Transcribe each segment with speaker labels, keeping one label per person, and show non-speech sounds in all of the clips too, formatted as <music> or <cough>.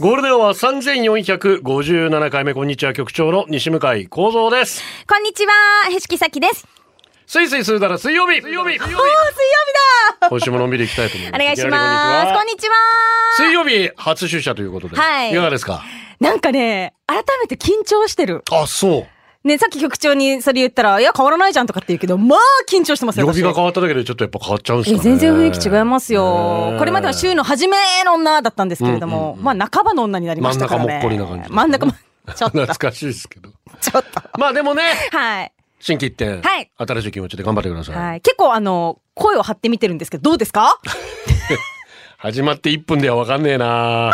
Speaker 1: ゴールデンは三千四百五十七回目こんにちは局長の西向井光三です。
Speaker 2: こんにちは、へしきさきです。
Speaker 1: スイスイするなら水曜日。水曜日。
Speaker 2: お水曜日
Speaker 1: 今週ものんびりいきたいと思います。
Speaker 2: だ。お願いします。こんにちは。
Speaker 1: 水曜日初出社ということで。
Speaker 2: はい
Speaker 1: いかがですか。
Speaker 2: なんかね、改めて緊張してる。
Speaker 1: あ、そう。
Speaker 2: ね、さっき局長にそれ言ったら、いや、変わらないじゃんとかって言うけど、まあ、緊張してますよ。
Speaker 1: 曜日が
Speaker 2: わ
Speaker 1: 変わっただけでちょっとやっぱ変わっちゃうんです
Speaker 2: え
Speaker 1: かね。
Speaker 2: 全然雰囲気違いますよ。
Speaker 1: ね
Speaker 2: これまでは週の初めの女だったんですけれども、まあ、半ばの女になりましたから
Speaker 1: 真
Speaker 2: ね。
Speaker 1: ん中もっこりな感じ
Speaker 2: 真ん中も、ちょっ
Speaker 1: 懐
Speaker 2: と、
Speaker 1: かしいですけど。
Speaker 2: ちょっと。
Speaker 1: まあでもね、
Speaker 2: はい。
Speaker 1: 新規一点。
Speaker 2: はい
Speaker 1: 新しい気持ちで頑張ってください。
Speaker 2: はい。結構、あの、声を張ってみてるんですけど、どうですか
Speaker 1: 始まって一分ではわかんねえな。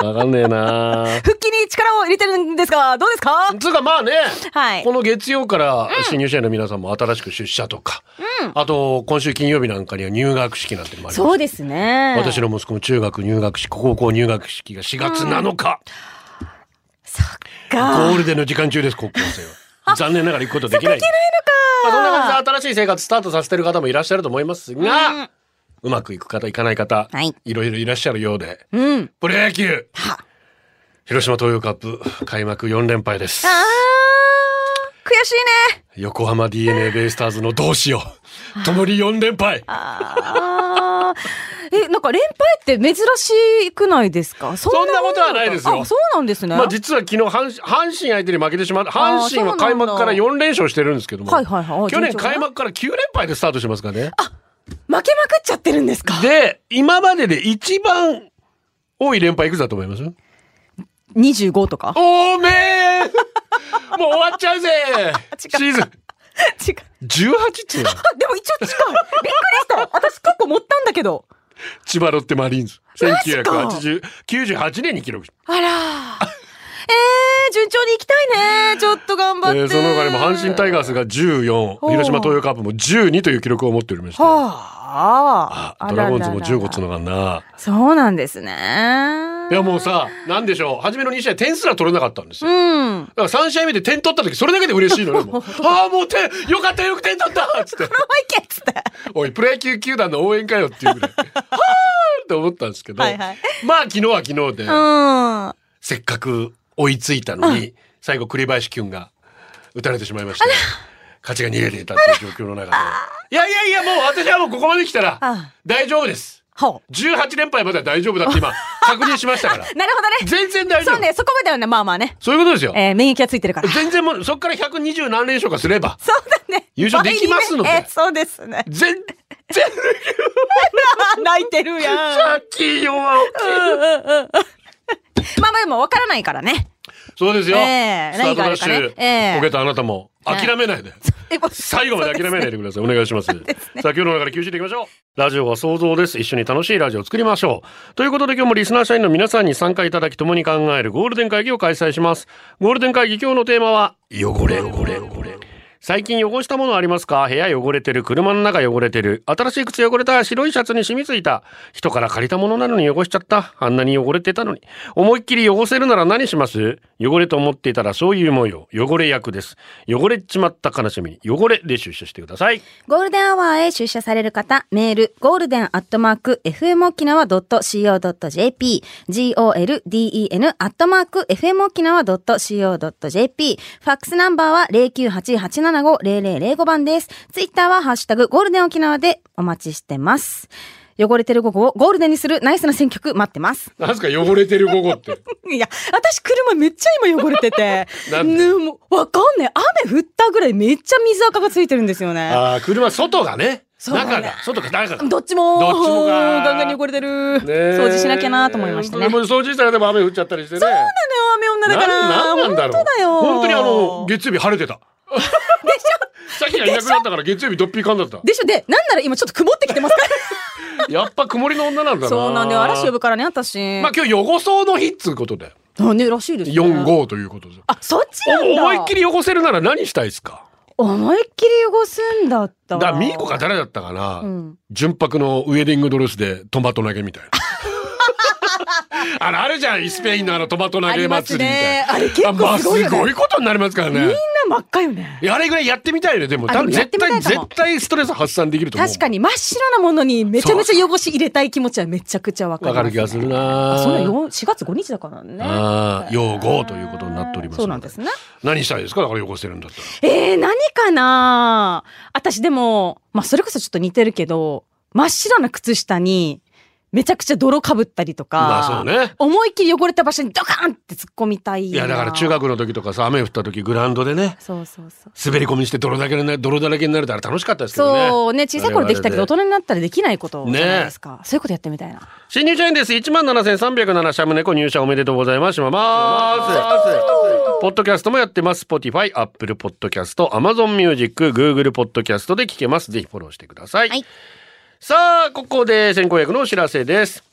Speaker 1: わかんねえな。
Speaker 2: 腹筋に力を入れてるんですが、どうですか
Speaker 1: つうかまあね、
Speaker 2: はい
Speaker 1: この月曜から新入社員の皆さんも新しく出社とか、あと今週金曜日なんかには入学式なんてのもあります
Speaker 2: そうですね。
Speaker 1: 私の息子も中学入学式高校入学式が4月7日、
Speaker 2: が
Speaker 1: ゴールデンの時間中です高校生は残念ながら行くことできないまあ、そんな感じで新しい生活スタートさせてる方もいらっしゃると思いますが、うまくいく方いかない方、
Speaker 2: はい
Speaker 1: い、ろいろいらっしゃるようで、
Speaker 2: うん。
Speaker 1: プロ野球広島東洋カップ開幕4連敗です
Speaker 2: あー、悔しいね。
Speaker 1: 横浜 d n a ベイスターズの同志よ共に4連敗
Speaker 2: あー。え、なんか連敗って珍しくないですかそも
Speaker 1: そんなことはないですよ
Speaker 2: あ、そうなんですね。
Speaker 1: まあ実は昨日阪神阪神相手に負けてしまった阪神は開幕から4連勝してるんですけども、
Speaker 2: はいはいはいあ
Speaker 1: 去年
Speaker 2: 順調ね
Speaker 1: 開幕から9連敗でスタートしますからね
Speaker 2: 負けまくっちゃってるんですか
Speaker 1: で今までで一番多い連敗いくつだと思います
Speaker 2: ?25 とか
Speaker 1: おめえ
Speaker 2: <laughs>
Speaker 1: もう終わっちゃうぜシーズン
Speaker 2: 違う。
Speaker 1: 18チーム
Speaker 2: あ、でも一応近い。びっくりした。私結構持ったんだけど。
Speaker 1: 千葉ロッテマリーンズ
Speaker 2: ジか
Speaker 1: 1998年に記録した
Speaker 2: あらー。えー、順調に行きたいね。ちょっと頑張って。
Speaker 1: えーその他にも阪神タイガースが14広島東洋カープも12という記録を持っておりまして
Speaker 2: はあ。
Speaker 1: ドラゴンズも15つ
Speaker 2: の。
Speaker 1: のがんな
Speaker 2: そうなんですね。
Speaker 1: いやもうさなんでしょう初めの2試合点すら取れなかったんですよ <laughs>
Speaker 2: うん。
Speaker 1: だから3試合目で点取った時それだけで嬉しいのよ
Speaker 2: <laughs>
Speaker 1: もうああもう点よかったよく点取ったっつって
Speaker 2: おいけっつって。
Speaker 1: おいプロ野球球団の応援かよっていうぐら <laughs> いはあって思ったんですけど
Speaker 2: はいはい
Speaker 1: まあ昨日は昨日で
Speaker 2: うん。
Speaker 1: せっかく追いついたのに最後栗林君が打たれてしまいまして勝ちが逃げていたっていう状況の中でいやいやいやもう私はもうここまで来たら
Speaker 2: あ
Speaker 1: 大丈夫です
Speaker 2: ほう。
Speaker 1: 18連敗までは大丈夫だって今確認しましたから
Speaker 2: なるほどね。
Speaker 1: 全然大丈夫
Speaker 2: そうね、そこまではね、まあまあね。
Speaker 1: そういうことですよ、
Speaker 2: えー、免疫がついてるから。
Speaker 1: 全然もうそこから120何連勝かすれば
Speaker 2: そうだね。
Speaker 1: 優勝できますので。
Speaker 2: 倍にねえーそうですね <laughs>
Speaker 1: 全然
Speaker 2: 泣い
Speaker 1: <laughs>
Speaker 2: てるやん。
Speaker 1: 借金は大きい
Speaker 2: まあまあでもわからないからね。
Speaker 1: そうですよ、
Speaker 2: ええ
Speaker 1: スタートダッシ
Speaker 2: 何があ
Speaker 1: ュ
Speaker 2: る、かねええ
Speaker 1: こけたあなたも諦めないで、
Speaker 2: えもう
Speaker 1: 最後まで諦めないでください。お願いします。さあ、今日の中で休止でいきましょう。ラジオは想像です。一緒に楽しいラジオを作りましょう。ということで今日もリスナー社員の皆さんに参加いただき共に考えるゴールデン会議を開催します。ゴールデン会議今日のテーマは、汚れ汚れ汚れ。最近汚したものありますか部屋汚れてる、車の中汚れてる、新しい靴汚れた、白いシャツに染みついた、人から借りたものなのに汚しちゃった、あんなに汚れてたのに。思いっきり汚せるなら何します汚れと思っていたらそういうもんよ。汚れ役です。汚れちまった悲しみに、汚れで出社してください。
Speaker 2: ゴールデンアワーへ出社される方、メール、ゴールデンアットマーク、fmokinawa.co.jp、golden アットマーク、fmokinawa.co.jp、ファックスナンバーは09887500005番です。ツイッターはハッシュタグ、ゴールデン沖縄でお待ちしてます。汚れてる午後をゴールデンにするナイスな選曲待ってます。
Speaker 1: なんすか汚れてる午後って。
Speaker 2: いや、私車めっちゃ今汚れてて
Speaker 1: <laughs> なんで
Speaker 2: ねもうわかんない。雨降ったぐらいめっちゃ水垢がついてるんですよね。
Speaker 1: <laughs> ああ、車外がね。
Speaker 2: そうだね
Speaker 1: 中が、外が、中が。
Speaker 2: どっちも
Speaker 1: どっちもが
Speaker 2: ガンガンに汚れてる、
Speaker 1: ねえ
Speaker 2: 掃除しなきゃなと思いましたね
Speaker 1: でも掃除したらでも雨降っちゃったりしてね。そうな
Speaker 2: 雨女だから
Speaker 1: なんなんだろう。
Speaker 2: 本当だよ
Speaker 1: 本当にあの、月曜日晴れてた。
Speaker 2: <laughs> でし
Speaker 1: <laughs> さっきがいなくなったから月曜日どっぴーかんだった
Speaker 2: ょ。でしょでなんなら今ちょっと曇ってきてます
Speaker 1: <laughs>
Speaker 2: から
Speaker 1: やっぱ曇りの女なんだな。
Speaker 2: そうなんだよ嵐呼ぶからね私
Speaker 1: まあ今日汚そうの日っつうことで。
Speaker 2: あねらしいですね
Speaker 1: 4、5ということで。
Speaker 2: あそっちなんだ
Speaker 1: お思いっきり汚せるなら何したいですか
Speaker 2: 思いっきり汚すんだった
Speaker 1: だ
Speaker 2: わ
Speaker 1: からミーコが誰だったかな、
Speaker 2: うん
Speaker 1: 純白のウェディングドレスでトマト投げみたい
Speaker 2: <laughs>
Speaker 1: な。あれあるじゃんスペインのあのトマト投げ祭りみたいな
Speaker 2: ありますねあれ結構
Speaker 1: まあ
Speaker 2: すごいよね
Speaker 1: すごいことになりますから
Speaker 2: みんな
Speaker 1: ね
Speaker 2: 真っ赤よね
Speaker 1: いやあれぐらいやってみたいねでも
Speaker 2: あ
Speaker 1: 多分
Speaker 2: やっ
Speaker 1: 絶
Speaker 2: てみたいか
Speaker 1: 対
Speaker 2: も
Speaker 1: 絶対ストレス発散できると思う
Speaker 2: 確かに真っ白なものにめちゃめちゃ汚し入れたい気持ちはめちゃくちゃわか
Speaker 1: わ
Speaker 2: り
Speaker 1: か
Speaker 2: ます、
Speaker 1: る気がするな
Speaker 2: あそんなよん4月5日だからね
Speaker 1: ああ用語ということになっておりますので
Speaker 2: そうなんですね
Speaker 1: 何したいですかだから汚してるんだったら
Speaker 2: えー、何かな私でも、まあ、それこそちょっと似てるけど、真っ白な靴下に、めちゃくちゃ泥かぶったりとか、
Speaker 1: まあそうね
Speaker 2: 思いっきり汚れた場所にドカーンって突っ込みたいな。
Speaker 1: いやだから中。学の時とかさ雨降った時グラウンドでね
Speaker 2: そうそうそう。
Speaker 1: 滑り込みして泥だけにな泥だらけになれたら楽しかったですけどね
Speaker 2: そうね、小さい頃できたけど、
Speaker 1: 我々
Speaker 2: 大人になったらできないことじゃないですか。そういうことやってみたいな。
Speaker 1: 新入社員です。一万七千三百七社ム猫入社おめでとうございます。しまます。ポッドキャストもやってます。Spotify、Apple Podcast、Amazon Music、Google Podcast で聞けます。ぜひフォローしてください。
Speaker 2: はい
Speaker 1: さあ、ここで先行役のお知らせです。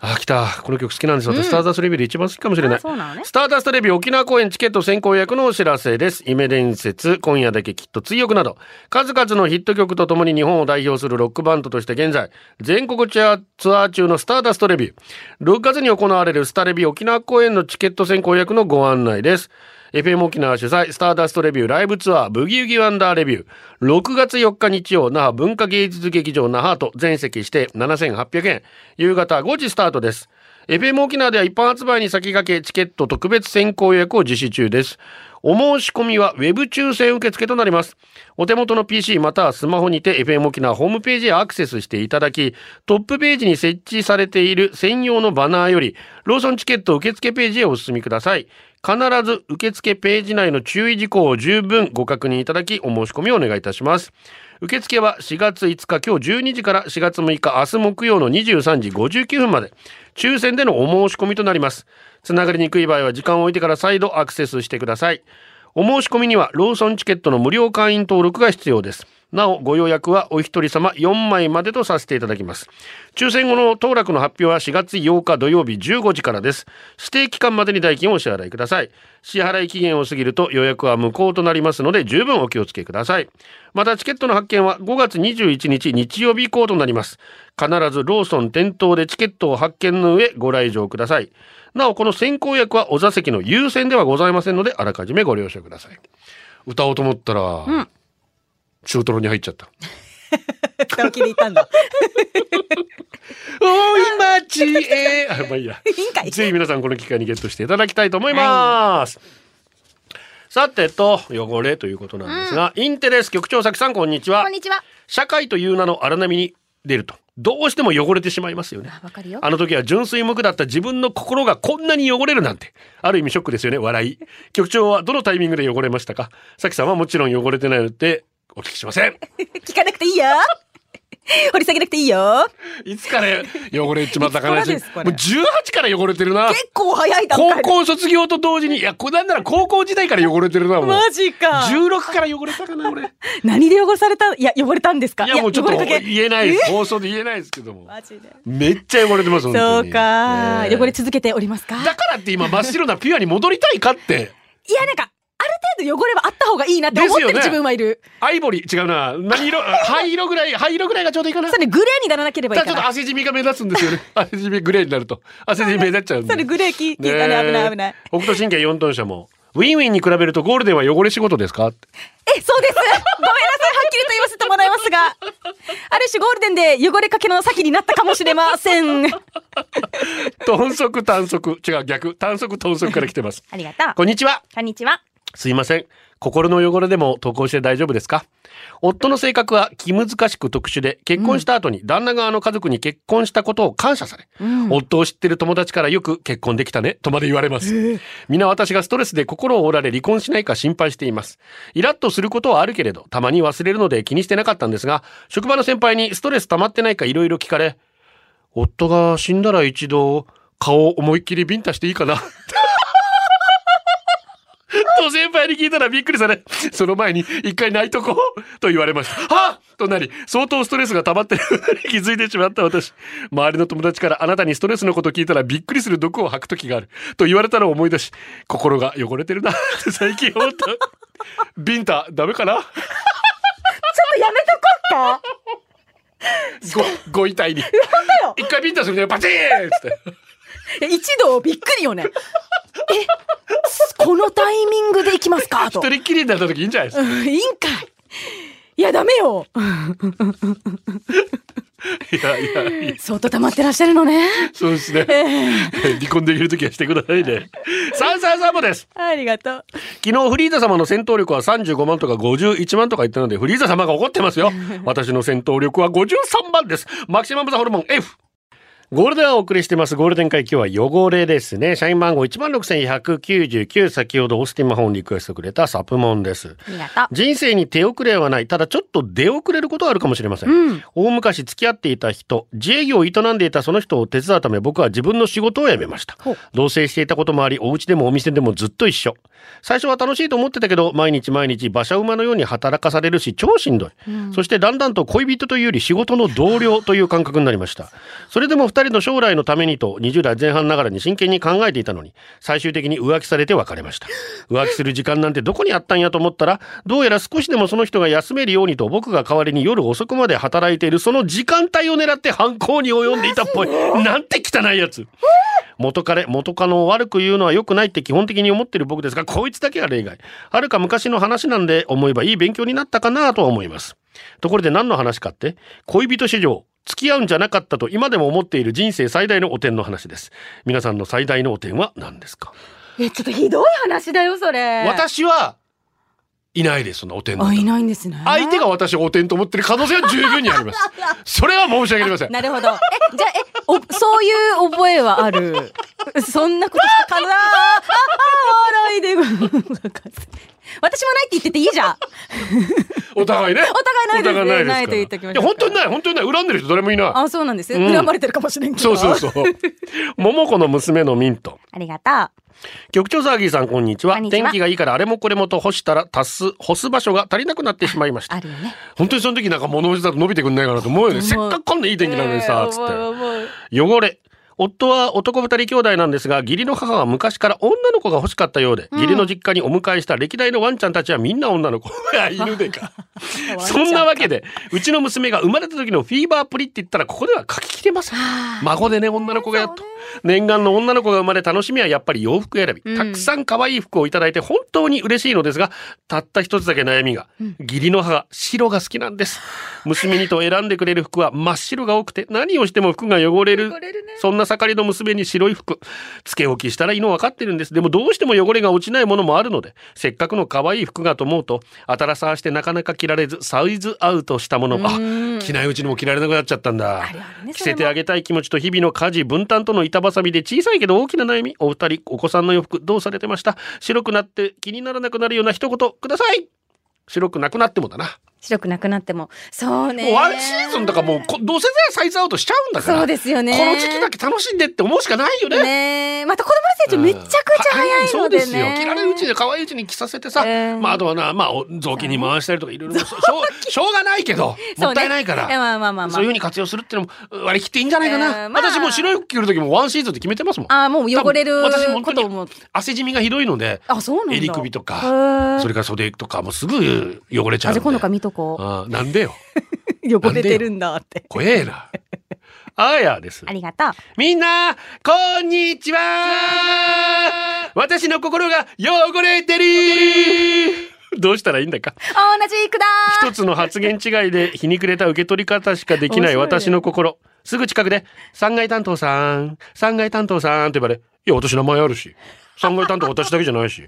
Speaker 1: あ、来た。この曲好きなんです。私、スターダストレビューで一番好きかもしれない。
Speaker 2: あそうなのね
Speaker 1: スターダストレビュー沖縄公演チケット先行予約のお知らせです。夢伝説、今夜だけきっと追憶など、数々のヒット曲とともに日本を代表するロックバンドとして現在、全国ツアーツアー中のスターダストレビュー。6月に行われるスタレビ沖縄公演のチケット先行予約のご案内です。FM 沖縄主催、スターダストレビューライブツアー、ブギウギワンダーレビュー。6月4日日曜、那覇文化芸術劇場那覇と全席指定7800円。夕方5時スタートです。FM 沖縄では一般発売に先駆けチケット特別先行予約を実施中です。お申し込みはウェブ抽選受付となります。お手元の PC またはスマホにて FM 沖縄ホームページへアクセスしていただき、トップページに設置されている専用のバナーより、ローソンチケット受付ページへお進みください。必ず受付ページ内の注意事項を十分ご確認いただき、お申し込みをお願いいたします。受付は4月5日今日12時から4月6日明日木曜の23時59分まで抽選でのお申し込みとなりますつながりにくい場合は時間を置いてから再度アクセスしてくださいお申し込みにはローソンチケットの無料会員登録が必要ですなおご予約はお一人様4枚までとさせていただきます抽選後の当落の発表は4月8日土曜日15時からです指定期間までに代金をお支払いください支払い期限を過ぎると予約は無効となりますので十分お気をつけくださいまたチケットの発券は5月21日日曜日以降となります必ずローソン店頭でチケットを発券の上ご来場くださいなおこの先行役はお座席の優先ではございませんのであらかじめご了承ください歌おうと思ったら、中トロに入っちゃった
Speaker 2: 歌を聞いていたんだ。
Speaker 1: 「おい町へ」 <laughs> あまあいいや
Speaker 2: いいんかい
Speaker 1: ぜひ皆さんこの機会にゲットしていただきたいと思います。さてと汚れということなんですが、インテレス局長さきさんこんにちは。
Speaker 2: こんにちは。
Speaker 1: 社会という名の荒波に出るとどうしても汚れてしまいますよね。
Speaker 2: あわかるよ。
Speaker 1: あの時は純粋無垢だった自分の心がこんなに汚れるなんてある意味ショックですよね笑い。局長はどのタイミングで汚れましたか。さきさんはもちろん汚れてないのでお聞きしません。
Speaker 2: 聞かなくていいよ。掘り下げなくていいよ。
Speaker 1: <laughs> いつから汚れちまったかな
Speaker 2: いつからです
Speaker 1: も
Speaker 2: こ
Speaker 1: う
Speaker 2: れ
Speaker 1: 18から汚れてるな。
Speaker 2: 結構早い段
Speaker 1: 高
Speaker 2: 階で。
Speaker 1: 校卒業と同時にいやこなんなら高校時代から汚れてるなもう。
Speaker 2: マジか。
Speaker 1: 16から汚れたかな俺い
Speaker 2: 何で汚されたいや、汚れたんですか
Speaker 1: やもうちょっと
Speaker 2: 汚れかけ
Speaker 1: 言えないです放送で言えないですけども
Speaker 2: マジで。
Speaker 1: めっちゃ汚れてます本
Speaker 2: そ
Speaker 1: 当に
Speaker 2: うか、
Speaker 1: ねえ
Speaker 2: 汚れ続けておりますかい
Speaker 1: だからって今真っ白なピュアに戻りたいかって
Speaker 2: やなんかある程度汚れはあった方がいいなって思ってる
Speaker 1: ですよね
Speaker 2: 自分はいる、
Speaker 1: アイボリー違うな何
Speaker 2: <laughs>
Speaker 1: 色灰色ぐらい灰色ぐらいがちょうどいいかな
Speaker 2: それグレーにならなければいい
Speaker 1: ただち
Speaker 2: か
Speaker 1: ょっと
Speaker 2: ら
Speaker 1: 汗染みが目立つんですよ
Speaker 2: <laughs>
Speaker 1: ね汗染みグレーになると汗染み目立っちゃうんで
Speaker 2: それグレーき、
Speaker 1: ね
Speaker 2: きあれ危ない危ない
Speaker 1: 北斗神経4トン車もウィンウィンに比べるとゴールデンは汚れ仕事ですかって
Speaker 2: えそうですごめんなさいはっきりと言わせてもらいま
Speaker 1: <laughs>
Speaker 2: すがある種ゴールデンで汚れかけの先になったかもしれませんあ
Speaker 1: 豚足短足違う逆短足豚足から来てます
Speaker 2: りがとう
Speaker 1: こんにちは
Speaker 2: こんにちは
Speaker 1: すいません。心の汚れでも投稿して大丈夫ですか夫の性格は気難しく特殊で、結婚した後に旦那側の家族に結婚したことを感謝され、夫を知ってる友達からよく結婚できたね、とまで言われます。皆私がストレスで心を折られ離婚しないか心配しています。イラッとすることはあるけれど、たまに忘れるので気にしてなかったんですが、職場の先輩にストレス溜まってないかいろいろ聞かれ、夫が死んだら一度、顔を思いっきりビンタしていいかなと先輩に聞いたらびっくりされ、その前に一回泣いとこうと言われました。はぁとなり、相当ストレスが溜まってることに気づいてしまった私。周りの友達からあなたにストレスのこと聞いたらびっくりする毒を吐く時がある。と言われたのを思い出し、心が汚れてるな <laughs> って最近思った。ビンタ、ダメかな
Speaker 2: とやめとこっか
Speaker 1: ご、ご遺体に。一回ビンタするね。パチーンっつって。
Speaker 2: い <laughs> や一度びっくりよね。 <laughs> え、このタイミングで行きますかと。
Speaker 1: 一人っきりになった時いいんじゃないですか
Speaker 2: う。ん、委員会。いや、ダメよ。 <laughs>
Speaker 1: いやいや、いい
Speaker 2: 相当溜まってらっしゃる
Speaker 1: <laughs>
Speaker 2: のね。
Speaker 1: そうですね。離婚できる時はしてくださいね。さあさあさあもです。
Speaker 2: ありがとう。
Speaker 1: 昨日フリーザ様の戦闘力は35万とか51万とか言ったので、フリーザ様が怒って
Speaker 2: <laughs>
Speaker 1: ますよ。私の戦闘力は53万です。マキシマムザホルモン F。ゴールデンをお送りしてます。ゴールデン会今日は汚れですね。社員番号16,199先ほどオースティン・マホーンリクエストくれたサプモンです。
Speaker 2: ありがと
Speaker 1: 人生に手遅れはない。ただちょっと出遅れることはあるかもしれません。
Speaker 2: う。うん。
Speaker 1: 大昔付き合っていた人自営業を営んでいたその人を手伝うため僕は自分の仕事を辞めました
Speaker 2: ほう
Speaker 1: 同棲していたこともありお家でもお店でもずっと一緒最初は楽しいと思ってたけど毎日毎日馬車馬のように働かされるし超しんどい、そしてだんだんと恋人というより仕事の同僚という感覚になりましたそれでも2人の将来のためにと20代前半ながらに真剣に考えていたのに最終的に浮気されて別れました浮気する時間なんてどこにあったんやと思ったらどうやら少しでもその人が休めるようにと僕が代わりに夜遅くまで働いているその時間帯を狙って犯行に及んでいたっぽいなんて汚いやつ元彼元カノを悪く言うのは良くないって基本的に思ってる僕ですがこいつだけが例外はるか昔の話なんで思えばいい勉強になったかなとは思いますところで何の話かって恋人史上付き合うんじゃなかったと今でも思っている人生最大の汚点の話です皆さんの最大の汚点は何ですか
Speaker 2: え、ちょっとひどい話だよ、それ。
Speaker 1: 私はいないですそんな汚点なん
Speaker 2: あ、
Speaker 1: て
Speaker 2: いないんですね。
Speaker 1: 相手が私を汚点と思ってる可能性は十分にあり
Speaker 2: <laughs>
Speaker 1: ます。それは申し訳ありません。
Speaker 2: <laughs> なるほど。え、じゃあ、え、お、そういう覚えはある。 <laughs> そんなことしたかなあああ笑いでございます。私もないって言ってていいじゃん。
Speaker 1: お互いね。
Speaker 2: お互いないですね
Speaker 1: お互
Speaker 2: ない
Speaker 1: から
Speaker 2: と言っときましょ
Speaker 1: いや、
Speaker 2: う
Speaker 1: 本当にない、本当にない。恨んでる人誰もいない。
Speaker 2: あ、そうなんです。
Speaker 1: うん
Speaker 2: 恨まれてるかもしれんけ
Speaker 1: そ
Speaker 2: ど。
Speaker 1: うそうそう。桃子の娘のミント。
Speaker 2: ありがと
Speaker 1: 局長ザーギーさん、こんにち
Speaker 2: こ
Speaker 1: は
Speaker 2: ん。にちは
Speaker 1: 天気がいいから、あれもこれもと干したら、足す、干す場所が足りなくなってしまいまし
Speaker 2: う。あ
Speaker 1: た。
Speaker 2: るよね。
Speaker 1: 本当にその時なんか物干しだと伸びてくんないかなと思うよね。せっかくこんないい天気なのにさ、つって。汚れ夫は男二人兄弟なんですが義理の母は昔から女の子が欲しかったようで、義理の実家にお迎えした歴代のワンちゃんたちはみんな女の <laughs> 子いや犬で <laughs> かそんなわけでうちの娘が生まれた時のフィーバープリって言ったらここでは書ききれません孫でね女の子がやっと念願の女の子が生まれ楽しみはやっぱり洋服選び、
Speaker 2: うん
Speaker 1: たくさん可愛い服をいただいて本当に嬉しいのですがたった一つだけ悩みが、義理の母白が好きなんです娘にと選んでくれる服は真っ白が多くて何をしても服が汚れるそんな盛りの娘に白い服つけ置きしたらいいの分かってるんですでもどうしても汚れが落ちないものもあるのでせっかくの可愛い服がと思うと新さしてなかなか着られずサイズアウトしたものもあ着ないうちにも着られなくなっちゃったんだ
Speaker 2: るあるね
Speaker 1: 着
Speaker 2: そ
Speaker 1: せ
Speaker 2: れも
Speaker 1: てあげたい気持ちと日々の家事分担との板挟みで小さいけど大きな悩みお二人お子さんの洋服どうされてました白くなって気にならなくなるような一言ください白くなくなってもだな、
Speaker 2: 白くなくなっても。そうね。
Speaker 1: もうワンシーズンだからもうこどうせサイズアウトしちゃうんだから
Speaker 2: そうですよね。
Speaker 1: この時期だけ楽しんでって思うしかないよね
Speaker 2: ねえまた子供の成長めっちゃくちゃ早いのでね。
Speaker 1: そうですよ着られるうちで可愛いうちに着させてさ、
Speaker 2: えー
Speaker 1: まあ、あとはな、まあ、お雑巾に回したりとかいろいろしょうしょうがないけどもったいないから
Speaker 2: そうねやまあまあまあまあ
Speaker 1: そういうふうに活用するっていうのも割り切っていいんじゃないかな、
Speaker 2: えーまあ
Speaker 1: 私もう白い服着る時もワンシーズンって決めてますもん
Speaker 2: あーもう汚れる
Speaker 1: 多分私本当
Speaker 2: こ
Speaker 1: に
Speaker 2: とも。
Speaker 1: 汗染みがひどいので
Speaker 2: あ、そうなんだ。
Speaker 1: 襟首と
Speaker 2: へ
Speaker 1: か
Speaker 2: ー
Speaker 1: それから袖とかもうすぐ汚れちゃ
Speaker 2: あ
Speaker 1: うんで
Speaker 2: じゃあ今度から見とこ
Speaker 1: あーなんでよ
Speaker 2: う。 <laughs> 汚れてるんだって。
Speaker 1: 怖えな <laughs> あーやです
Speaker 2: ありがとう。
Speaker 1: みんな、こんにちは私の心が汚れてるどうしたらいいんだか。
Speaker 2: 同じくだ
Speaker 1: 一つの発言違いで皮にくれた受け取り方しかできない私の心。すぐ近くで、3階担当さん、3階担当さんって言われ、いや、私名前あるし、3階担当私だけじゃないし。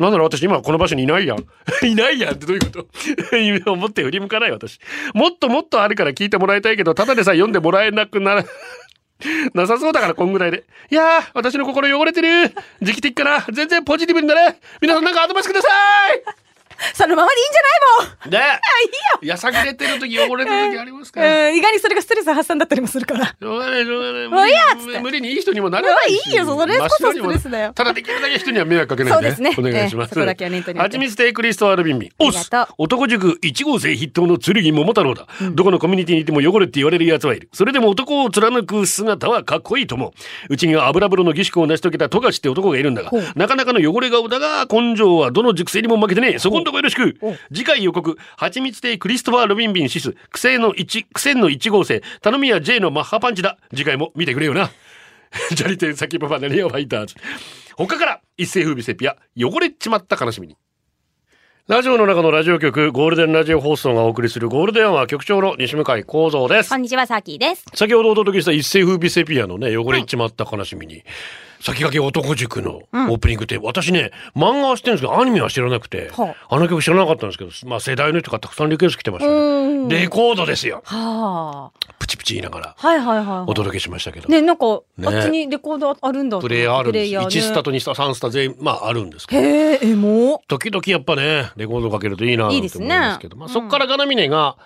Speaker 1: なんなら私今この場所にいないやん。 <laughs> いないやんってどういうこと <laughs> 夢を持って振り向かない私。もっともっとあるから聞いてもらいたいけど、ただでさえ読んでもらえなくなら、 <laughs> なさそうだからこんぐらいで。いやー、私の心汚れてる。時期的かな。全然ポジティブになれ。皆さんなんかアドバイスください
Speaker 2: そのままでいいんじゃないもん
Speaker 1: ね
Speaker 2: いい
Speaker 1: <laughs>
Speaker 2: よ
Speaker 1: やさぐれてる時汚れてる時ありますから。
Speaker 2: うん、意外にそれがストレス発散だったりもするから。
Speaker 1: しょうがないしょうがない。
Speaker 2: もういいやっ
Speaker 1: 無
Speaker 2: つっ
Speaker 1: 理
Speaker 2: て
Speaker 1: 無理にいい人にもなれないし。
Speaker 2: もういいよそれこそストレスだよ
Speaker 1: 真っ白にもただできるだけ人には迷惑かけないで。
Speaker 2: そうですね
Speaker 1: お願いします。
Speaker 2: ええそこだけは念頭に置い
Speaker 1: はち
Speaker 2: て
Speaker 1: みつテイクリストアルビンビン。おっす
Speaker 2: ありがとう
Speaker 1: 男塾1号生筆頭の剣桃太郎だ。どこのコミュニティにいても汚れって言われる奴はいる。それでも男を貫く姿はかっこいいと思う。うちには油風呂の儀式を成し遂げた富樫って男がいるんだが
Speaker 2: ほう、
Speaker 1: なかなかの汚れ顔だが、根性はどの熟成にも負けてねえ。そこんとこよろしく。次回予告、蜂蜜亭クリストファー・ロビンビンシス、苦戦の1、苦戦の1号生、頼みや J のマッハパンチだ。次回も見てくれよな。ジャリテン先パパネリアファイターズ。他から、一世風靡セピア、汚れちまった悲しみに。ラジオの中のラジオ局、ゴールデンラジオ放送がお送りするゴールデンは局長の西向井幸三です。
Speaker 3: こんにちは、サーキーです。
Speaker 1: 先ほどお届けした一世風靡セピアのね、汚れちまった悲しみに、先駆け男塾のオープニングって、私ね、漫画は知ってるんですけど、アニメは知らなくて、
Speaker 2: は
Speaker 1: あの曲知らなかったんですけど、まあ世代の人がたくさんリクエスト来てましたね。レコードですよ。
Speaker 2: はあ。
Speaker 1: プチプチ言いながら
Speaker 2: はいはいはいは
Speaker 1: お届けしましたけど。
Speaker 2: い。ね、なんか、
Speaker 1: ね
Speaker 2: あっちにレコードあるんだ。
Speaker 1: プレイヤーあるんです。
Speaker 2: ヤーね
Speaker 1: 1スタと2スタ、3スタ全員、まああるんですけど。
Speaker 2: へえ、え、も
Speaker 1: 時々やっぱね、レコードかけるといいなと思うん
Speaker 2: い
Speaker 1: で
Speaker 2: いですす
Speaker 1: け
Speaker 2: ね
Speaker 1: ど、まあそっからガナミネが、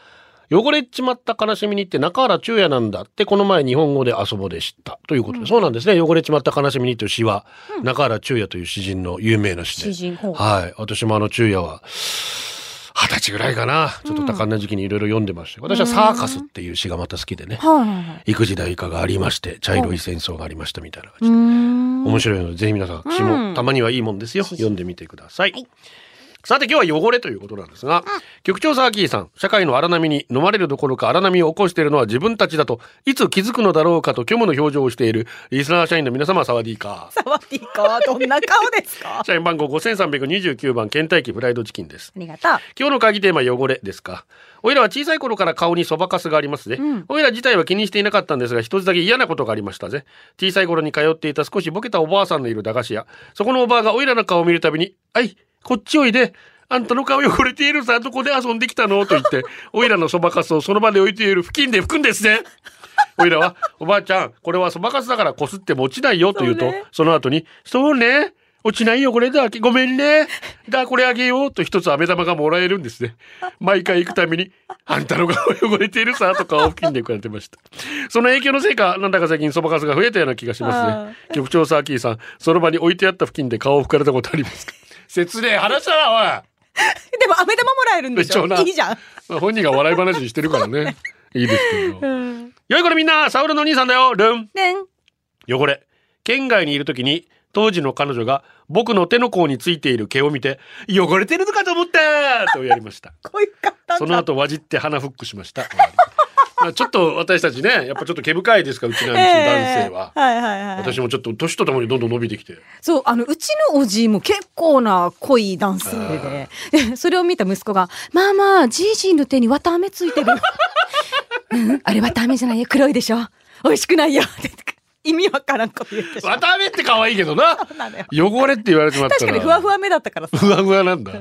Speaker 1: 汚れちまった悲しみにって中原中也なんだってこの前日本語で遊ぼでしたということで、そうなんですね汚れちまった悲しみにという詩は、中原中也という詩人の有名な詩で
Speaker 2: 詩人ほう
Speaker 1: はい私もあの中也は二十歳ぐらいかなちょっと多感な時期にいろいろ読んでましたけど私はサーカスっていう詩がまた好きでね
Speaker 2: う。はいはいはい。
Speaker 1: 「幾時代かがありまして茶色い戦争がありました」みたいな感じで
Speaker 2: うーん。
Speaker 1: 面白いので、ぜひ皆さん、私もたまにはいいもんですよ。読んでみてください。さて今日は汚れということなんですが、局長サーキーさん、社会の荒波に飲まれるどころか荒波を起こしているのは自分たちだと、いつ気づくのだろうかと虚無の表情をしているリスナー社員の皆様、サワディーカー。
Speaker 2: サワディーカはどんな顔ですかあ
Speaker 1: 社員番号5329番、倦怠期フライドチキンです。
Speaker 2: りがとう。
Speaker 1: 今日の会議テーマ汚れですかおいらは小さい頃から顔にそばかすがありますぜ、おいら自体は気にしていなかったんですが一つだけ嫌なことがありましたぜ小さい頃に通っていた少しボケたおばあさんのいる駄菓子屋そこのおばあがおいらの顔を見るたびに「あいこっちおいで」あんたの顔汚れているさ、どこで遊んできたのと言って、おいらのそばかすをその場で置いている付近で拭くんですね。おいらは、おばあちゃん、これはそばかすだからこすっても落ちないよと言うと、その後に、そうね、落ちないよ、これだ、ごめんね。だ、これあげようと一つ飴玉がもらえるんですね。毎回行くたびに、あんたの顔汚れているさ、と顔付近で浮かれてました。その影響のせいか、なんだか最近そばかすが増えたような気がしますね。局長サーキーさん、その場に置いてあった付近で顔を拭かれたことありますか説明話したな、
Speaker 2: でも、飴玉もらえるんでしょ
Speaker 1: 貴重ない
Speaker 2: いじゃん。
Speaker 1: おいまあ本人が笑い話にしてるからね。いいですけど。よいこれみんな、サウルの兄さんだよ、ルン。
Speaker 2: ねん。
Speaker 1: 汚れ県外にいる時に当時の彼女が僕の手の甲についている毛を見て「汚れてるのかと思った!」とやりました
Speaker 2: <laughs> こういう方だ
Speaker 1: その後わじって鼻フックしました終わりまあちょっと私たちねやっぱちょっと毛深いですからうちのうちの男性は、
Speaker 2: ええはいはいはい。
Speaker 1: 私もちょっと年とともにどんどん伸びてきて
Speaker 2: そう、あの、うちのおじいも結構な濃い男性で、でそれを見た息子が、まあまあ、じいじいの手に綿あめついてる。うん、あれ綿あめじゃないよ。黒いでしょ。美味しくないよ。って意味わからんこと言ってしまう。
Speaker 1: 綿あめって可愛いけどな
Speaker 2: そうなのよ
Speaker 1: 汚れって言われてまった
Speaker 2: 確
Speaker 1: ら
Speaker 2: かにふわふわ目だったからさ。
Speaker 1: ふわふわなんだ。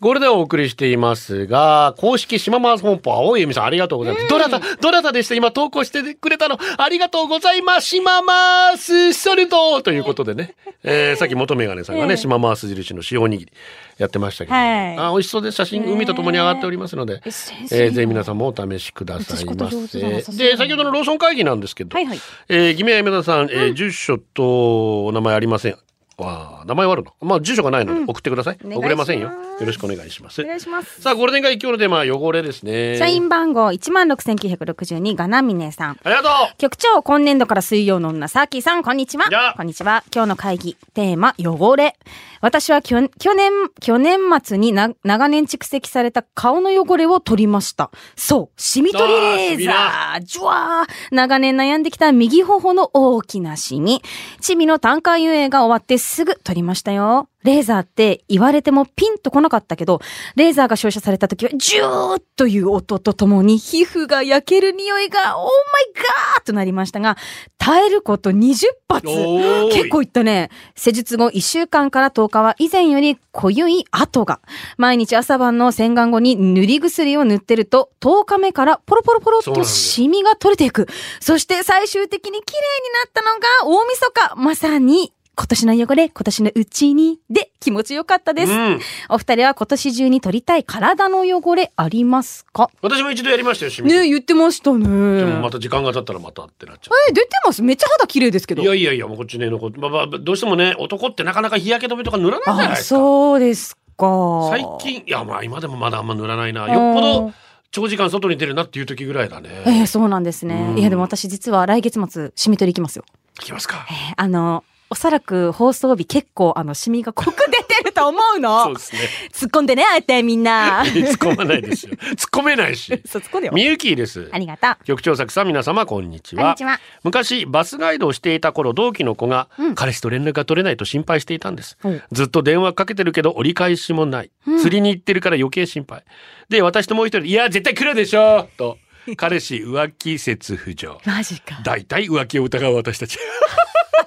Speaker 1: ゴールデンをお送りしていますが、公式島マーズ本舗、青い由美さん、ありがとうございます。どなた、どなたでした今投稿してくれたの、ありがとうございます。島マースソルトということでね。えー、さっき元メガネさんがね、島マース印の塩おにぎりやってましたけど、
Speaker 2: はい
Speaker 1: あ、美味しそうです。写真、海とともに上がっておりますので、え
Speaker 2: え先生
Speaker 1: ー、ぜひ皆さんもお試しくださいま
Speaker 2: 私こと上
Speaker 1: せ。
Speaker 2: 手だなさすがに
Speaker 1: で、先ほどのローソン会議なんですけど、
Speaker 2: はいはい
Speaker 1: えー、偽名や梅田さん、えー住所とお名前ありません。わあ、名前はあるの。まあ、住所がないので送ってください。
Speaker 2: お願いします
Speaker 1: 送れませんよ。よろしくお願いします。
Speaker 2: お願いします。
Speaker 1: さあ、ゴールデン街今日のテーマは汚れですね。
Speaker 2: 社員番号16,962ガナミネさん。
Speaker 1: ありがとう
Speaker 2: 局長、今年度から水曜の女、サーキーさん、こんにちは
Speaker 1: やあ。
Speaker 2: こんにちは。今日の会議、テーマ、汚れ。私はきょ去年、去年末にな長年蓄積された顔の汚れを取りました。そう、シミ取りレーザー。じゅわー。長年悩んできた右頬の大きなシミ。チミの単管遊泳が終わってすぐ取りましたよ。レーザーって言われてもピンとこなかったけど、レーザーが照射された時はジューッという音とともに皮膚が焼ける匂いが、オーマイガーとなりましたが、耐えること20発。
Speaker 1: おーい
Speaker 2: 結構いったね。施術後1週間から10日は以前より濃ゆい跡が。毎日朝晩の洗顔後に塗り薬を塗ってると、10日目からポロポロポロっ
Speaker 1: そうなん
Speaker 2: と
Speaker 1: だよ
Speaker 2: シミが取れていく。そして最終的に綺麗になったのが大晦日。まさに、今年の汚れ、今年のうちに、で気持ちよかったです。
Speaker 1: うん
Speaker 2: お二人は今年中に取りたい体の汚れありますか
Speaker 1: 私も一度やりましたよ、清水。
Speaker 2: ね言ってましたね。
Speaker 1: でもまた時間が経ったらまたってなっちゃ
Speaker 2: え、出てます。めっちゃ肌綺麗ですけ
Speaker 1: う。
Speaker 2: ど。
Speaker 1: いやいやいや、もうこっちね、のこまあまあ、どうしてもね、男ってなかなか日焼け止めとか塗らないじゃない
Speaker 2: あ、
Speaker 1: ですか。
Speaker 2: そうですか。
Speaker 1: 最近、いや、まあ今でもまだあんま塗らないな。
Speaker 2: うん
Speaker 1: よっぽど長時間外に出るなっていう時ぐらいだね。
Speaker 2: えー、そうなんですね
Speaker 1: う。ん
Speaker 2: いや、でも私実は来月末、シミ取り行きますよ。
Speaker 1: いきますか。
Speaker 2: えーあの、おそらく放送日結構あの、シミが濃く出てると思う
Speaker 1: そう
Speaker 2: の
Speaker 1: で。すね。
Speaker 2: 突っ込んでね、あえてみんな。
Speaker 1: 突っ込ま <laughs> ない
Speaker 2: <laughs>
Speaker 1: ですよ。突っ込めないし。
Speaker 2: そう、突っ込んでよ。
Speaker 1: みゆきーです。
Speaker 2: ありがとう。
Speaker 1: 局長作さん皆様こんにちは
Speaker 2: こんにちは
Speaker 1: 昔バスガイドをしていた頃同期の子が、彼氏と連絡が取れないと心配していたんです
Speaker 2: うん
Speaker 1: ずっと電話かけてるけど折り返しもない、釣りに行ってるから余計心配で私ともう一人いや絶対来るでしょと彼氏浮気説浮上
Speaker 2: マジか。
Speaker 1: 大体浮気を疑う私たち
Speaker 2: <laughs>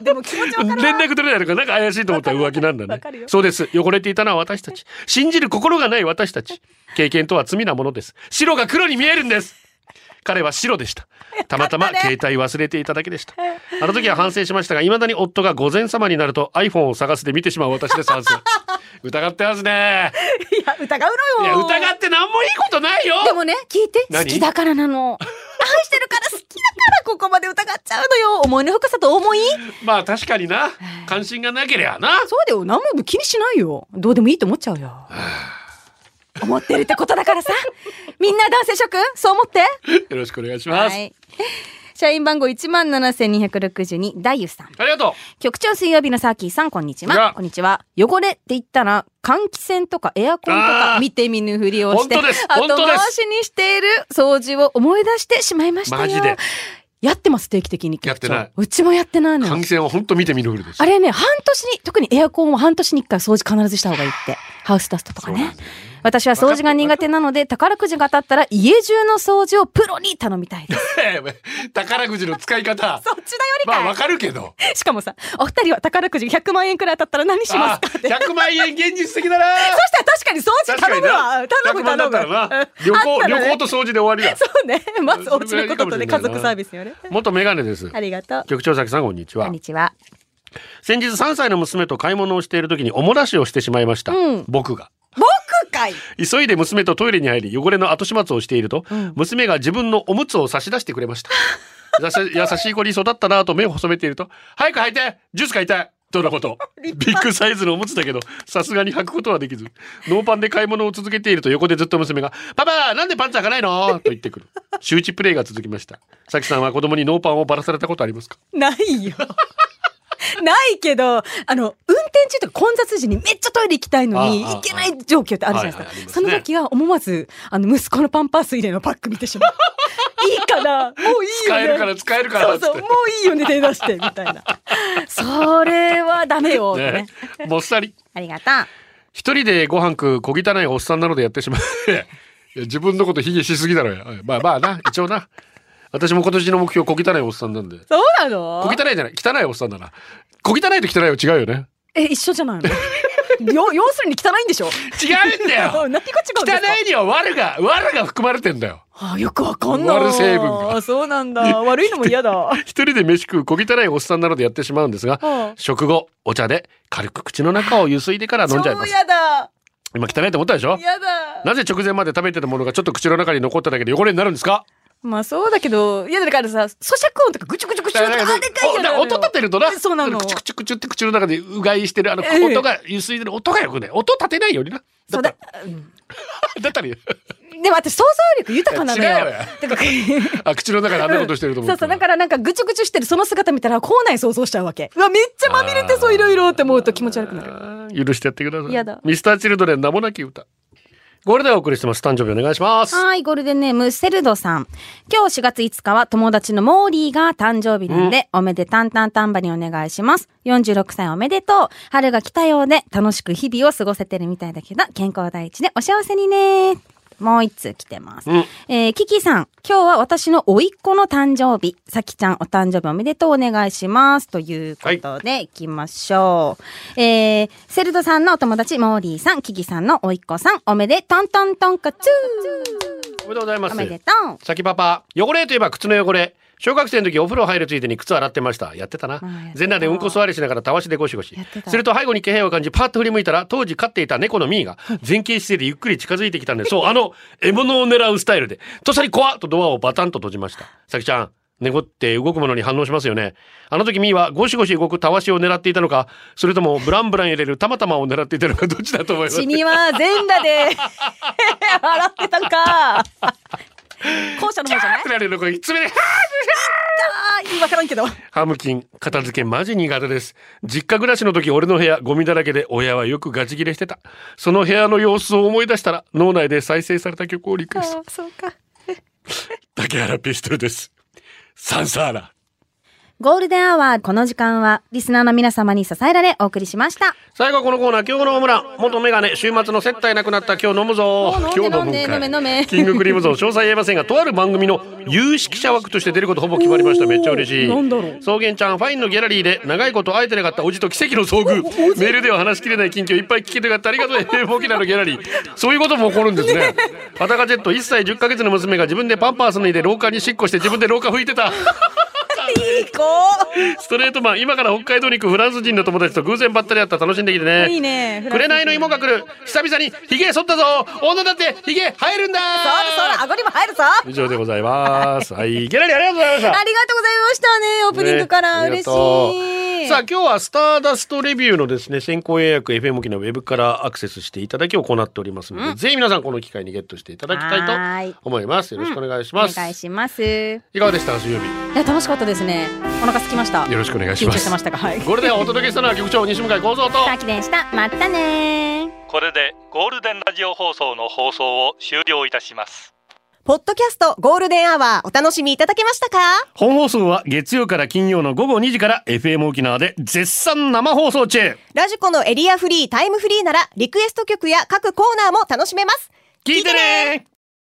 Speaker 2: でも気持ちわ
Speaker 1: 連
Speaker 2: かるわ。
Speaker 1: 絡取れないのかなんか怪しいと思ったら浮気なんだ
Speaker 2: わ
Speaker 1: ね
Speaker 2: かるよ
Speaker 1: そうです汚れていたのは私たち信じる心がない私たち経験とは罪なものです白が黒に見えるんです彼は白でしたたまたま携帯忘れていただけでしたあの時は反省しましたが未だに夫が午前様になると iPhone を探すで見てしまう私です反省 <laughs> 疑ってますね
Speaker 2: いや、疑う
Speaker 1: い
Speaker 2: の
Speaker 1: や
Speaker 2: よ。
Speaker 1: 疑って何もいいことないよ
Speaker 2: でもね、聞いて。好
Speaker 1: 何
Speaker 2: きだからな <laughs> の。愛してるから好きだからここまで疑っちゃうのよ。思いの深さと思い。
Speaker 1: まあ確かにな関心がなければな
Speaker 2: そうだよ。何も気にしないよ。どうでもいいと思っちゃうよ。 <sighs> 思ってるってことだからさ。みんな男性諸君、そう思って。
Speaker 1: よろしくお願いします、
Speaker 2: い。社員番号一万七千二百六十二、ダイユさん。
Speaker 1: ありがと
Speaker 2: 局長水曜日のサーキーさん、こんにち
Speaker 1: いや
Speaker 2: は。こんにちは。汚れって言ったら、換気扇とかエアコンと
Speaker 1: あ
Speaker 2: か
Speaker 1: ー
Speaker 2: 見て見ぬふりをして、
Speaker 1: 本当です本
Speaker 2: 後
Speaker 1: 当です
Speaker 2: 回しにしている掃除を思い出してしまいましたよ。
Speaker 1: マジで
Speaker 2: やってます、定期的に。局長
Speaker 1: やってないう
Speaker 2: ちもやってないうのよ
Speaker 1: 換気扇は本当見て見ぬふりです
Speaker 2: あれね、半年に、特にエアコンは半年に一回掃除必ずした方がいいって。ハウスダストとか
Speaker 1: そうなん
Speaker 2: ね
Speaker 1: で。
Speaker 2: 私は掃除が苦手なので、宝くじが当たったら家中の掃除をプロに頼みたいです。
Speaker 1: <laughs> 宝くじの使い方
Speaker 2: <laughs> そっちだより
Speaker 1: まあわ
Speaker 2: か
Speaker 1: かるけど
Speaker 2: い。しかもさ、お二人は宝くじ100万円くらい当たったら何しますかって。そし
Speaker 1: 100万円現実的だ
Speaker 2: <laughs>
Speaker 1: な
Speaker 2: たら確かに掃除
Speaker 1: 確か
Speaker 2: 頼
Speaker 1: に
Speaker 2: む
Speaker 1: な
Speaker 2: わ。頼
Speaker 1: 100
Speaker 2: む
Speaker 1: 万だっ
Speaker 2: 頼む。
Speaker 1: たらな
Speaker 2: うん
Speaker 1: 旅行
Speaker 2: <laughs> あったらね
Speaker 1: 旅行と掃除で
Speaker 2: <laughs>
Speaker 1: 終わりだ
Speaker 2: そうね。まずお
Speaker 1: それぐらい
Speaker 2: 家のことと
Speaker 1: い
Speaker 2: ね、
Speaker 1: いか
Speaker 2: 家
Speaker 1: もしれないな
Speaker 2: 族サービスよね。
Speaker 1: 元メガネです
Speaker 2: ありがとう。
Speaker 1: 局長崎さんこんにち
Speaker 2: こ
Speaker 1: は
Speaker 2: んにちは。
Speaker 1: 先日3歳の娘と買い物をしている時におもらしをしてしまいました、
Speaker 2: うん
Speaker 1: 僕が
Speaker 2: 僕かい
Speaker 1: 急いで娘とトイレに入り汚れの後始末をしていると、娘が自分のおむつを差し出してくれ
Speaker 2: <laughs>
Speaker 1: ました優し優しい子に育ったなぁと目を細めていると「早く履いてジュース買いたい!」とのことビッグサイズのおむつだけどさすがに履くことはできずノーパンで買い物を続けていると横でずっと娘が「パパなんでパンツ履かないの?」と言ってく
Speaker 2: <laughs>
Speaker 1: る周知プレイが続きましたさきさんは子供にノーパンをばらされたことありますか
Speaker 2: ないよ。 <laughs> ないけど、あの、運転中とか混雑時にめっちゃトイレ行きたいのに、
Speaker 1: ああああ
Speaker 2: 行けない状況ってあるじゃないです
Speaker 1: は
Speaker 2: か。
Speaker 1: いはいあります
Speaker 2: そ
Speaker 1: ね
Speaker 2: の時は思わず、あの、息子のパンパース入れのパック見て
Speaker 1: <laughs>
Speaker 2: しまう。いいかなもういいよね。
Speaker 1: 使えるから使えるから
Speaker 2: そ
Speaker 1: っ
Speaker 2: う
Speaker 1: つっ
Speaker 2: そう、
Speaker 1: て
Speaker 2: もういいよね、手出して、みたいな。それはダメよ、ね
Speaker 1: ね。もっさり
Speaker 2: ありがとう。
Speaker 1: 一人でご飯食う小汚いおっさんなのでやってしまう <laughs> いや自分のこと卑下しすぎだろよまあまあな一応な私も今年の目標小汚いおっさんなんで
Speaker 2: そうな
Speaker 1: 小汚
Speaker 2: の
Speaker 1: いじゃない汚いおっさんだな小汚いと汚いは違うよ
Speaker 2: <laughs>
Speaker 1: ね
Speaker 2: え、一緒じゃないのよ要するに汚いんでしょ
Speaker 1: 違うんだ
Speaker 2: 何が違う
Speaker 1: よ
Speaker 2: んですか
Speaker 1: 汚いには悪が悪が含まれてんだよ
Speaker 2: あよくわかんない。
Speaker 1: 悪成分が
Speaker 2: あそうなんだ。悪いのも嫌だ。
Speaker 1: 一人で飯食う小汚いおっさんなのでやってしまうんですが
Speaker 2: うん
Speaker 1: 食後お茶で軽く口の中をゆすいでから飲んじゃいます
Speaker 2: 超嫌だ。
Speaker 1: 今汚いと思ったでしょ
Speaker 2: 嫌だ。
Speaker 1: なぜ直前まで食べてたものがちょっと口の中に残っただけで汚れになるんですか
Speaker 2: まあそうだけど、いやだからさ、咀嚼音とかぐちゅぐちゅぐちゅとか、あ、でかいよ
Speaker 1: おな音立てるとな。
Speaker 2: そうなの
Speaker 1: クチュクチュクチュって口の中でうがいしてる、あの、
Speaker 2: ええ
Speaker 1: 音が、ゆすいでる音がよくね。音立てないようにな。
Speaker 2: そ
Speaker 1: った
Speaker 2: うだ
Speaker 1: ら。、だったら <laughs> いいよ、
Speaker 2: でも私想像力豊かなのよ。
Speaker 1: いや違うよ
Speaker 2: だから
Speaker 1: あ、口の中であんなことしてると思。
Speaker 2: そうそう、だかららなんかぐちゅぐちゅしてるその姿見たら、校内想像しちゃうわけ。うわ、めっちゃまみれてそう、いろいろって思うと気持ち悪くなる。
Speaker 1: あー許してやってください。
Speaker 2: やだ
Speaker 1: ミスターチルドレン名もなき歌。ゴールデンをお送りしてます。誕生日お願いします。
Speaker 2: はい、ゴールデンネーム、セルドさん。今日4月5日は友達のモーリーが誕生日なんで、おめでたんたんたんばにお願いします。46歳おめでとう。春が来たようで、楽しく日々を過ごせてるみたいだけど、健康第一でお幸せにね。もう一通来てます。
Speaker 1: うん
Speaker 2: えーキキさん、今日は私の甥っ子の誕生日。さきちゃん、お誕生日おめでとうお願いします。ということで、い、きましょう。えー、セルドさんのお友達、モーリーさん、キキさんの甥っ子さん、おめでとんとんとんかつー。
Speaker 1: おめでとうございます
Speaker 2: お。めでとう。
Speaker 1: 先パパ、汚れといえば靴の汚れ。小学生の時お風呂入るついでに靴洗ってましたやってたな
Speaker 2: あやってた
Speaker 1: 全裸でうんこ座りしながらたわしでゴシゴシ
Speaker 2: やってた
Speaker 1: すると背後に気配を感じパッと振り向いたら当時飼っていた猫のミーが前傾姿勢でゆっくり近づいてきたんでそうあの獲物を狙うスタイルでとっさに怖っとドアをバタンと閉じましたさきちゃん猫って動くものに反応しますよねあの時ミーはゴシゴシ動くたわしを狙っていたのかそれともブランブラン入れるたまたまを狙っていたのかどっちだと思います
Speaker 2: 死
Speaker 1: <laughs>
Speaker 2: には全裸で <laughs> 笑ってたんか校舎の方じゃない
Speaker 1: られるのこれ爪で
Speaker 2: あーわからんけど
Speaker 1: ハムキン、片付けマジ苦手です。実家暮らしの時、俺の部屋、ゴミだらけで、親はよくガチ切れしてた。その部屋の様子を思い出したら、脳内で再生された曲をリクエスト。
Speaker 2: そうか
Speaker 1: 竹原ピストルです。サンサーラ。
Speaker 2: ゴールデンアワーこの時間はリスナーの皆様に支えられお送りしました
Speaker 1: 最後はこのコーナー、今日のホームラン。元メガネ、週末の接待なくなった今日飲むぞ。
Speaker 2: もう飲
Speaker 1: 今
Speaker 2: んで
Speaker 1: 日
Speaker 2: 飲んで
Speaker 1: んかい
Speaker 2: 飲め飲め
Speaker 1: キングクリムゾン、詳細言えませんが、とある番組の有識者枠として出ることほぼ決まりました。めっちゃ嬉しい。
Speaker 2: なんだろう
Speaker 1: 草原ちゃんファインのギャラリーで長いこと会えてなかったおじと奇跡の遭
Speaker 2: <laughs>
Speaker 1: 遇メールでは話しきれない近況いっぱい聞けてよかったありがとうえーボキナのギャラリーそういうことも起こるんです
Speaker 2: <laughs>
Speaker 1: ねパタカジェット1歳10ヶ月の娘が自分でパンパース脱いで廊下にしっこして自分で廊下拭いてた
Speaker 2: いい子
Speaker 1: ストレートマン今から北海道に行くフランス人の友達と偶然ばったり会った楽しんできてね
Speaker 2: いいね
Speaker 1: 紅の芋が来る久々にヒゲ剃ったぞ女だってヒゲ生えるんだ
Speaker 2: そうだそうだ顎にも入るぞあ
Speaker 1: 以上でございますはいギャラリーありがとうございました
Speaker 2: りがとうございましたねオープニングから、
Speaker 1: ね
Speaker 2: 嬉し
Speaker 1: ありがとう
Speaker 2: い
Speaker 1: さあ今日はスターダストレビューのですね先行予約 FM 機のウェブからアクセスしていただきを行っておりますので、ぜひ皆さんこの機会にゲットしていただき
Speaker 2: は
Speaker 1: た
Speaker 2: ー
Speaker 1: い
Speaker 2: い
Speaker 1: と思いますよろしくお願いします、
Speaker 2: お願いしますい
Speaker 1: いかがでしたか水曜日
Speaker 2: や楽しかったですねお腹空きました
Speaker 1: よろしくお願いしま
Speaker 2: 緊張して
Speaker 1: す
Speaker 2: ましたかはい
Speaker 1: これでお届けしたのは局長西向井光三と
Speaker 2: さあきでしたまたね
Speaker 4: これでゴールデンラジオ放送の放送を終了いたします
Speaker 3: ポッドキャストゴールデンアワーお楽しみいただけましたか
Speaker 1: 本放送は月曜から金曜の午後2時から FM 沖縄で絶賛生放送中
Speaker 3: ラジコのエリアフリータイムフリーならリクエスト曲や各コーナーも楽しめます
Speaker 1: 聞いてね